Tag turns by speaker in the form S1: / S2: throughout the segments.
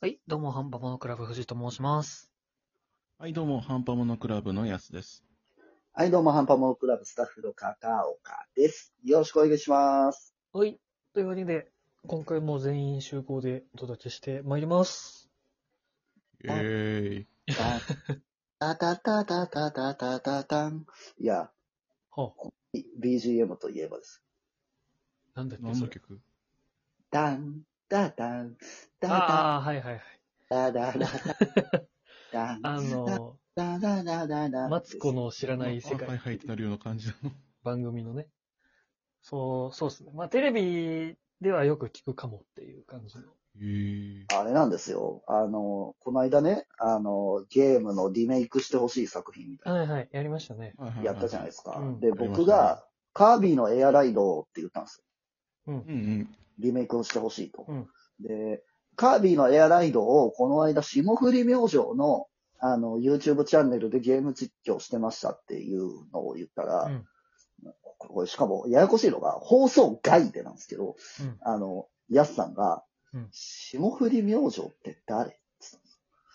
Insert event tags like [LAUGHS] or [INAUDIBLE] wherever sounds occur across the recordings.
S1: はい、どうも、ハンバモノクラブ、藤井と申します。
S2: はい、どうも、ハンパモノクラブのやすです。
S3: はい、どうも、ハンパモクラブスタッフのカカオカです。よろしくお願いします。
S1: はい、というわけで、今回も全員集合でお届けしてまいります。
S2: イェーイ。
S3: タタタタタタタタタン。いや、
S1: はあ、
S3: B- BGM といえばです。
S1: なんだっけ、
S2: 何
S1: そ
S2: の
S1: れ。
S2: 曲
S3: タン、タタン、タ
S1: ああー、はいはいはい。
S3: タ、ダダダダ、タン、
S1: あの、
S3: ダダダダダ。
S1: マツコの知らない世
S2: あは
S1: 界、
S2: いはいってなるような感じなの。
S1: 番組のね。そう、そうですね。まあ、テレビではよく聞くかもっていう感じの。
S2: えー、
S3: あれなんですよ。あの、この間ね、あの、ゲームのリメイクしてほしい作品みたい
S1: はいはい、やりましたね。
S2: はいはいは
S3: な、やったじゃないですすか
S1: う。ん
S3: で、
S2: ありましたね
S3: 僕が、カービィのエアライドって言ったんです
S2: か。
S3: よ。
S2: うん
S3: リメイクをしてほしいと。
S1: うん
S3: で、カービィのエアライドをこの間、霜降り明星のあの YouTube チャンネルでゲーム実況してましたっていうのを言ったら、
S1: うん
S3: これしかもややこしいのが放送外でなんですけど、
S1: うん
S3: あの、ヤスさんが、
S1: うん
S3: 霜降り明星って誰って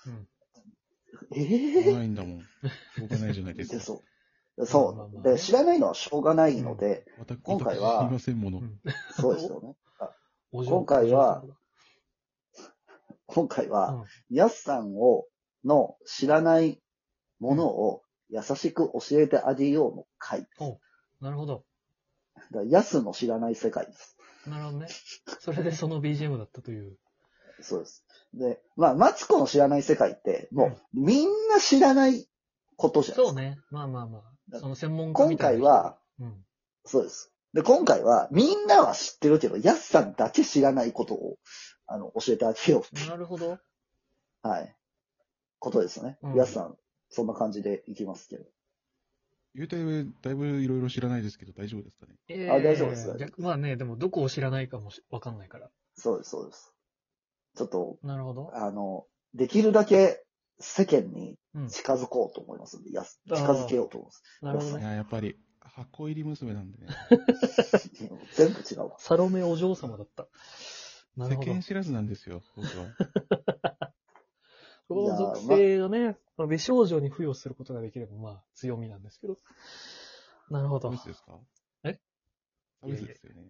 S3: 言ったんですよ。
S2: うん。
S3: え
S2: ないんだもん。しょうがないじゃない
S3: え
S2: で
S3: ー、
S2: す
S3: [LAUGHS]
S2: か
S3: で。そう。
S1: まあまあ
S3: そ
S1: まあ
S3: う。で、知らないのはしょうがないので、
S2: 私
S3: 今回は
S2: 私知りませんもの。
S1: うん
S3: そうですよね。
S1: お嬢
S3: 今回は
S1: お嬢様
S3: 今回は、
S1: うん
S3: ヤスさんを、の知らないものを優しく教えてあげようの回です。
S1: おだなるほど。
S3: だからヤスの知らない世界です。
S1: なるほどね。それでその BGM だったと [LAUGHS] いう。
S3: そうです。で、まあ、マツコの知らない世界って、もう、みんな知らないことじゃないで
S1: そ
S3: す
S1: う
S3: か。
S1: ね。まあまあまあ。
S3: だ
S1: その専門家
S3: 今
S1: みたいな
S3: 回
S1: 人。
S3: は、
S1: うん。
S3: そうです。で、今回は、みんなは知ってるけど、ヤスさんだけ知らないことを、あの、教えてあげようってい
S1: なるほど。
S3: う、はい、ことですね
S1: うん。
S3: ヤスさん、そんな感じでいきますけど。
S2: 言うたよだいぶいろいろ知らないですけど、大丈夫ですかね。
S1: え
S3: あ大丈夫です
S1: 逆まあね、でもどこを知らないかもしわかんないから。
S3: そうです、そうです。ちょっと、
S1: なるほど。
S3: あの、できるだけ世間に
S1: うん。
S3: 近づこうと思いますんで、やす
S1: あー
S3: 近づけようと思います。
S1: なるほど
S2: い
S1: ね。
S2: や、やっぱり、箱入り娘なんでね。
S3: 全部違うわ。
S1: サロメお嬢様だった。なる
S2: 世
S1: ほど
S2: 間。知らずなんですよ、僕は。
S1: 同属性がね、まあ美少女に付与することができれば、まあ強みなんですけど。なるほ
S2: サー
S1: ど
S2: ビ。スですか
S1: え
S2: サービスですよね。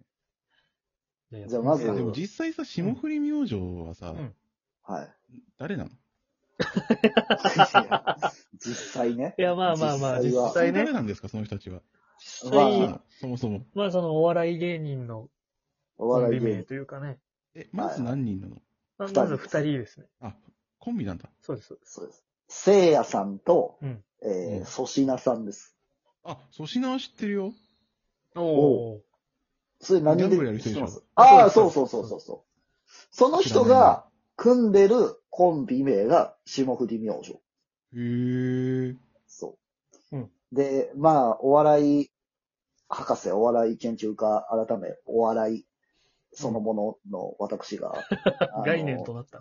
S1: いやいや
S3: じゃあまず
S2: い
S3: い
S2: や
S3: や
S2: でも実際さ、霜降り明星はさ、
S1: うん
S3: はい。
S2: 誰なの
S3: 実際ね
S1: い。や、まあまあまあ、実
S3: 実際は
S1: 際ね
S2: 誰。なんですか、その人たちは。
S1: 実
S3: ま
S1: 際、
S3: あ
S2: そもそも。
S1: まあそのお笑い芸人の
S3: お
S1: コン
S3: 笑
S1: ビ
S3: い芸
S1: 名
S3: 人。
S1: というかね。
S2: え、まず何人なの
S1: まあ
S3: 二人
S1: まず二人ですね。
S2: あ、コンビなんだ。
S1: そうです。
S3: そうです。せいやさんと、
S1: うん
S3: え
S2: うん
S3: ー、粗品さんです。
S2: あ、粗品は知ってるよ。
S1: おー。
S3: それ何
S2: ギャン
S3: で
S2: ブルやる人でしょ
S3: 知ってますああ、
S1: そ
S3: そう
S1: そ
S3: うそう
S1: そ
S3: うそううそうそう。その人が組んでるコンビ名が霜降り明星。
S2: へえ。
S3: そう。
S1: うん
S3: で、まあ、お笑い、博士、お笑い研究家、改め、お笑い、そのものの私が、あの
S1: 概念となった。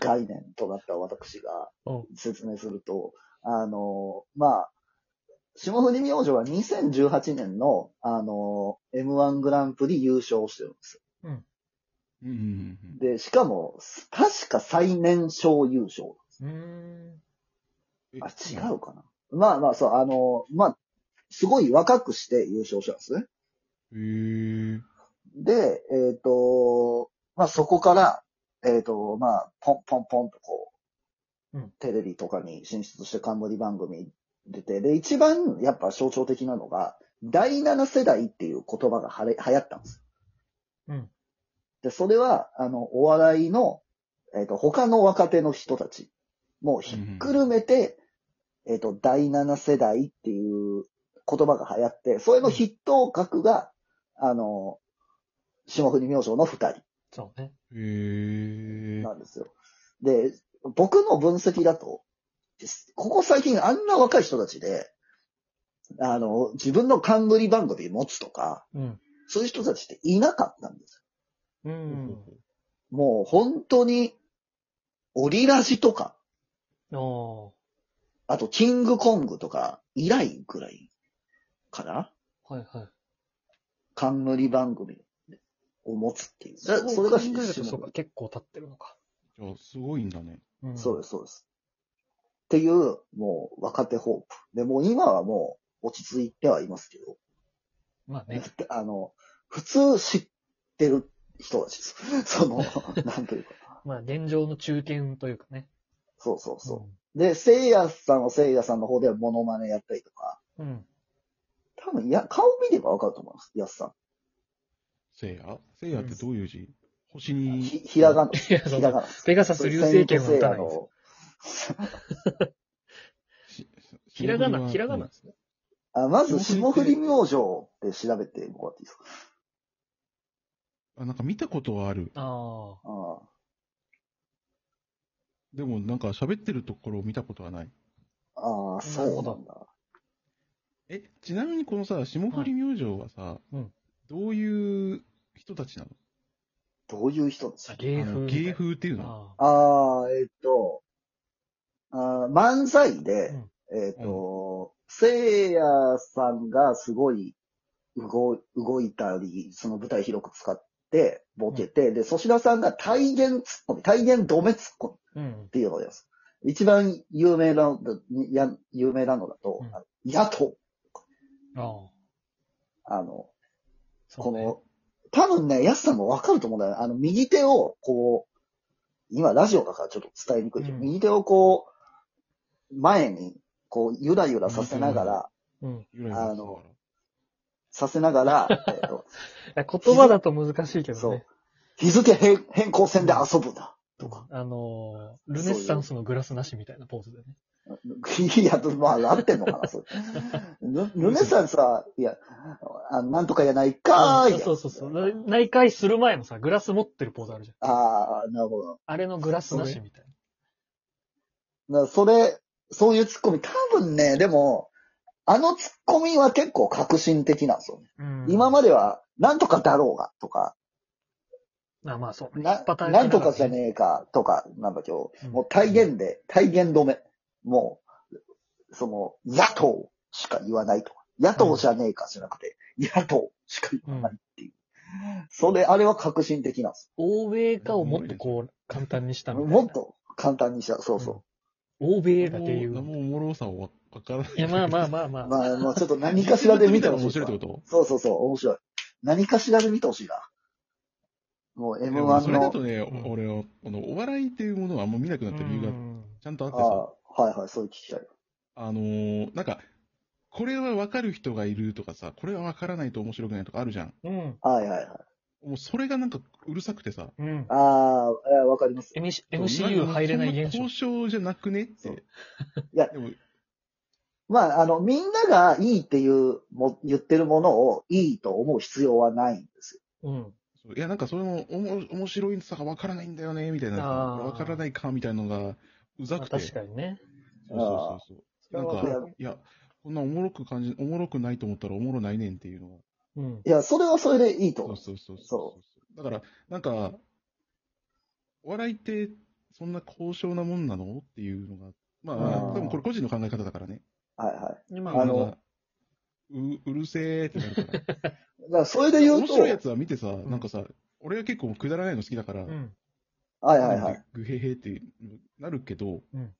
S3: 概念となった私が
S1: うん
S3: 説明すると、あの、まあ、霜降り明星は2018年の、あの、M1 グランプリ優勝してるんです
S2: うんうんうん。
S3: よ。で、しかも、確か最年少優勝。
S1: うーん。
S2: え
S3: あ、違う。かな。まあまあ、そう、あの、まあ、すごい若くして優勝したんですね。
S2: へえ。
S3: で、えっ、と、まあ、そこから、えっ、と、まあ、ポンポンポンとこう、
S1: うん
S3: テレビとかに進出して冠番組出て、で、一番やっぱ象徴的なのが、第7世代っていう言葉がはれ流行ったんです。
S1: うん。
S3: で、それは、あの、お笑いの、えっ、と、他の若手の人たちもひっくるめて、えっ、と、第7世代っていう言葉が流行って、それの筆頭格が、あの、霜降り明星の二
S1: そうね。
S2: へ
S3: 人
S2: え。
S3: なんですよ。で、僕の分析だと、ここ最近あんな若い人たちで、あの、自分の冠番組持つとか、
S1: うん。
S3: そういう人たちっていなかったんです
S1: う。
S2: ほうん
S3: よ。もう本当に、オリラジとか、
S1: お
S3: あとキングコングとか、以来ぐらいかな
S1: ー。はいはい。
S3: 冠番組を持つっていう。それ
S1: そう
S3: が
S1: 考えるとそう
S3: 霜
S1: か
S3: 降、
S1: 結構経ってるのか。
S2: じゃあ、すごいんだね。
S1: うん
S3: そうです、そうです。っていう、もう、若手ホープ。で、もう今はもう、落ち着いてはいますけど、
S1: まあね。
S3: [LAUGHS] あの、普通知ってる人たちです。 [LAUGHS]
S1: [LAUGHS]
S3: その、なんというか。
S1: まあ現状の中堅というかね。
S3: そうそうそう。で、せいやさんはせいやさんの方ではモノマネやったりとか、
S1: うん。う
S3: [LAUGHS]
S1: ん。
S3: 多分、いや、顔見ればわかると思います、やすさ
S2: せいやせいやってどういう字星に。
S3: ん。ひ、ひらがな。
S1: いや、そ
S3: ひ
S1: の
S3: らがな。
S1: ペガサス流星拳は打たないんですよ。
S3: セイヤの
S2: し
S1: ひらがな、ひらがな。ですね。
S3: あまず、霜降り明星って調べてもらっていいですか
S2: あ、なんか見たことはある。
S1: あ
S3: ああ
S2: でもなんか喋ってるところを見たことはない。
S3: ああ、そうなんだ。
S2: え、ちなみにこのさ、霜降り明星はさ、
S1: うん
S2: どういう人たちなの
S3: どういう人です
S1: あ。芸
S2: あの
S1: 風。
S2: 芸。風っていうの
S1: ああ。
S3: ああ、えっと、あー漫才で、えっと、せいやさんがすごい動動いたり、その舞台広く使って、ボケて、で、粗品さんが体現突っ込み、体現止め突っ込みっ
S1: うん。
S3: ていうのです。一番有名なの、や有名なのだと
S1: うん、
S3: あの野党、
S1: ああ。
S3: あの、
S1: そ
S3: こ
S1: うね
S3: の、多分ね、やすさんもわかると思うんだよね。あの、右手を、こう、今ラジオだからちょっと伝えにくいけど、
S1: うん
S3: 右手をこう、前に、こう、ゆらゆらさせながら、
S1: うん。
S2: ゆらゆらしながら
S3: あのさせながら、え
S1: [LAUGHS]
S3: っと、
S1: いや言葉だと難しいけど
S3: そう
S1: ね。。
S3: 日付変変更線で遊ぶな、とか。
S1: あのー、ルネッサンスのグラスなしみたいなポーズでね。
S3: いや、まあ、なってんのか
S1: [LAUGHS]
S3: な、それ。ルルネサンスは、いや、あのなんとかやないかーいや。
S1: そうそうそう。な内会する前のさ、グラス持ってるポーズあるじゃん。
S3: ああ、なるほど。
S1: あれのグラスなしみたい
S3: だからそれ、そういうツッコミ、多分ね、でも、あのツッコミは結構革新的なんですよね。
S1: な。うん
S3: 今までは、なんとかだろうが、とか、
S1: あまあそうね。
S3: な
S1: パターン
S3: なんとかじゃねえか、とか、なんだけど、もう体現で、体現止め。もう、その、野党しか言わないとか。野党じゃねえかじゃなくて、野党しか言わないっていう。それ、あれは革新的なんです
S1: 欧米化をもっとこう、簡単にした
S3: よ。
S1: みたいな。
S3: もっと簡単にした。そうそう。
S1: 欧米化ってい
S2: 何も
S1: う。
S2: 何もおもろさをわわからない。
S1: いや、まあまあまあまあ。
S3: まあ、まあ、ちょっと何かしらで見てほしい
S2: 面白いってこと
S3: そうそうそう、面白い。何かしらで見てほしいな。もう
S2: いやもう
S3: M1
S2: それだ
S3: の
S2: と、ね、
S1: ん
S2: 俺は、あの、お笑いっていうものはあんま見なくなった理由が
S1: うん
S2: ちゃんとあって
S3: あ
S2: さ、
S3: あ、はいはい、そういう聞きたい。
S2: あのーなんか、これは分かる人がいるとかさ、これは分からないと面白くないとかあるじゃん。
S1: うん。
S3: はいはいはい。
S2: もうそれがなんかうるさくてさ、
S1: うん。
S3: ああ、えーわかります。
S1: MC MCU 入れない現
S2: そ
S1: 象
S2: んな。交渉じゃなくねっ
S3: そう
S2: て。
S3: いや
S2: でも、
S3: まあ、あの、みんながいいっていう、も、言ってるものをいいと思う必要はないんですよ。
S1: うん。
S2: そういや、なんかそれも、おも、面白いさが分からないんだよね、みたいな
S1: あー。
S2: 分からないか、みたいなのが、うざ
S1: まあ
S2: くて。
S1: 確かにね。
S2: そうそうそう
S1: あー
S2: そう。
S1: それ
S2: な
S1: は
S2: ん
S1: 分
S2: か、いや、こんなおもろく感じ、おもろくないと思ったらおもろないねんっていうのを。
S1: うん。
S3: いや、それはそれでいいと
S2: そ
S3: 思
S2: う
S3: う。
S2: そうそう。
S3: そう
S2: だから、なんか、お笑いって、そんな高尚なもんなのっていうのが、まあ、
S3: あー
S2: 多分これ個人の考え方だからね。
S3: はいは
S1: 今
S3: あ
S1: は
S3: の
S2: なんかう、うるせえってなるから。
S3: い。だから、それで言う
S2: 面
S3: と、
S2: 白いやつは見てさ、なんかさ、俺は結構くだらないの好きだから、
S1: うん。
S3: はいはいはい。
S2: ぐぐへへってなるけど、
S1: うん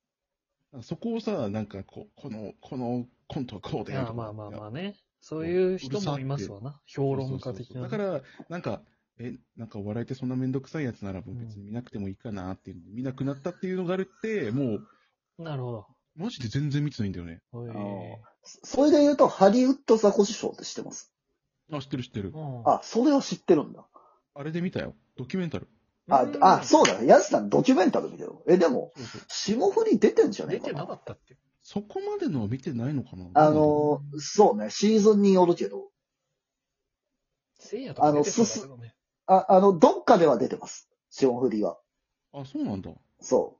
S2: なんかそこをさ、なんかこう、この、このコントはこうだよ
S1: あ
S2: とか。
S1: まあまあま
S2: い
S1: あね。そういう人もいますわな。評
S2: や
S1: 論家的な。
S2: そうそうそうだから、なんか、え、なんかお笑いってそんなめんどくさいやつならもう別に見なくてもいいかなっていう、見なくなったっていうのがあるって、もう、
S1: なるほ
S2: マジで全然見てないんだよね。
S1: ど。へ
S3: あの
S1: え
S3: それで言うと、ハリウッドザコシショウって知ってます。
S2: あ、知ってる知ってる。
S1: うん
S3: あ、それは知ってるんだ。
S2: あれで見たよ。ドキュメンタル。
S3: あ
S1: う、ん
S3: あ、そうだね。やすさんドキュメンタル見てよ。え、でも、
S2: そうそう
S3: 霜降り出てんじゃねえ
S1: 出
S3: か
S1: て
S3: な
S1: なかったっけ
S2: そこまでのは見てないのかな
S3: あのー、そうね、シーズンによるけど、
S1: せいやとか出てそうだけどね。
S3: あ、あの、どっかでは出てます。霜降りは。
S2: あ、そうなんだ。
S3: そ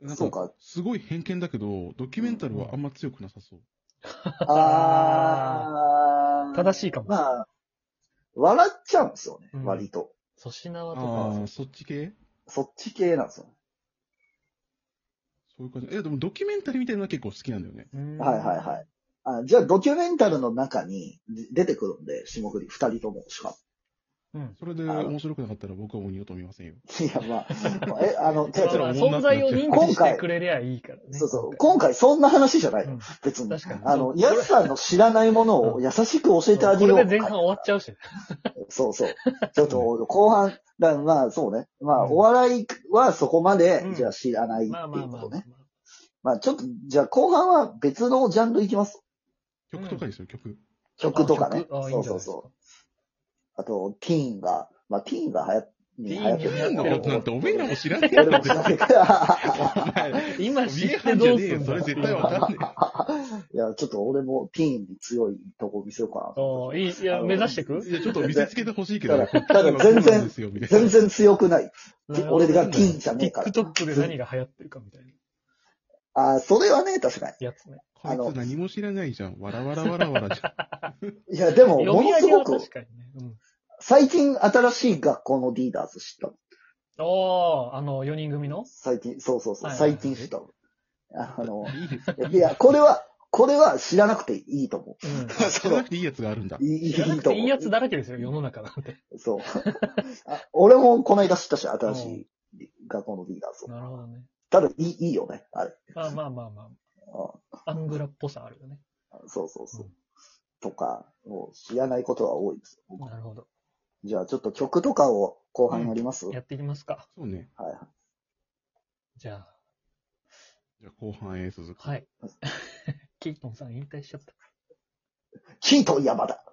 S2: なん
S3: そ
S1: [LAUGHS]
S3: うか
S2: すごい偏見だけど、ドキュメンタルはあんま強くなさそう。
S3: う。あー。
S1: 正しいかも。
S3: まあ、笑っちゃうんですよね、
S1: うん
S3: 割と。
S1: 粗品はと
S2: あ
S1: か
S2: あ、、そっち系
S3: そっち系なんですよね。
S2: そういう感じ。え、でもドキュメンタリーみたいなのは結構好きなんだよね。
S3: はいはいはい。あじゃあ、ドキュメンタルの中にで出てくるんで、霜降り、二人ともしか。 [LAUGHS]
S1: い。うん。
S2: それで面白くなかったら僕はもう二度と見ませんよ。
S3: いや、まあ、え、あ
S1: [LAUGHS]
S3: の、違う
S2: つら
S3: 違う
S1: まあ
S2: おもんなくなっち
S1: 存在
S2: ゃう
S1: を認知してくれりゃいいからね。
S3: そうそ
S1: 今
S3: う。今回そんな話じゃない
S1: 回う
S3: よ
S1: ん。
S3: 別に。
S1: 確かに。
S3: あの、ヤスさんの知らないものを優しく教えてあげよ
S1: こ
S3: う。
S1: れで前半終わっちゃうし。
S3: そうそう。ちょっと、後半、だからまあそうね。まあ、
S1: うん
S3: お笑いはそこまで
S1: う、ん
S3: じゃあ知らないってい
S1: まあまあ
S3: う
S1: ま
S3: こ
S1: あ
S3: と
S1: まあ
S3: ね。。まあちょっと、じゃあ後半は別のジャンルいきます。
S2: 曲とかですよ、曲。
S3: 曲とか
S1: あ
S3: ね。
S1: 曲あいい
S3: そ
S1: ん
S3: う
S1: じゃない
S3: そう
S1: ですか
S3: そう。あと、ティーンが、まあティーンが流行っに流行って
S1: テ
S3: る。
S1: ィーン
S2: の
S1: の
S2: ことなんておめえらも知らねえ
S3: 俺
S2: よ。
S3: も知らないから。
S1: 今知
S2: 見え
S1: って
S2: はんじ
S1: ど
S2: ゃ
S1: う
S2: ねえ
S1: す
S2: よ。
S1: ん
S2: そ
S1: だ
S2: れ
S1: ってい
S2: 絶
S1: う
S2: 対わかんね
S3: いや、ちょっと俺もティーンに強いとこ見せようかなと思っ
S1: おーいい、いや、目指してく
S2: え。いや、ちょっと見せつけてほしいけど。
S3: だからだから全然
S2: こんなんですよみ
S3: て。
S2: たい
S3: 全
S2: な
S3: 然強くない。俺がティーンじゃねえから。
S1: TikTok で何が流行ってるかみたいな
S3: あー、それはね、確か
S1: やつね。
S3: あの
S2: こいつ何も知らないじゃん。わらわらわらわらじゃん。
S3: に。いや、でも、
S1: 読
S3: も
S1: み
S3: の
S1: 上
S3: す
S1: げ
S3: ご
S1: は
S3: く
S1: 確、かにね。うん。
S3: 最近新しい学校のリーダーズ知った。
S1: おー、あの、4人組の
S3: 最近、そうそうそう、
S1: はいはい
S3: 最
S1: はい
S3: 近知った。あの、
S2: いいです。
S3: いや、これは、これは知らなくていいと思
S1: うん。 [LAUGHS]
S3: う。
S2: 知
S3: そ
S2: らな
S3: の
S2: くていいやつがあるんだ。
S3: いい、いい
S1: 知らなく
S3: と
S1: て
S3: 思う。
S1: いいやつだらけですよ、世の中
S3: [LAUGHS]
S1: なんて。
S3: そう。あ俺もこの間知ったし、新しい学校のリーダーズを。
S1: なるほどね。
S3: ただ、いい、いいよね、あれ。
S1: まあまあまあま
S3: う
S1: あ。アングラっぽさあるよね。
S3: んそうそうそう
S1: うん。
S3: とか、もう知らないことは多いです。
S1: なるほど。
S3: じゃあ、ちょっと曲とかを後半やります、
S1: やっていきますか。
S2: そうね。
S3: はい。
S1: じゃあ、
S2: じゃあ後半へ続
S1: [LAUGHS]
S2: く。
S1: はい。キートンさん引退しちゃった。
S3: キートン山田。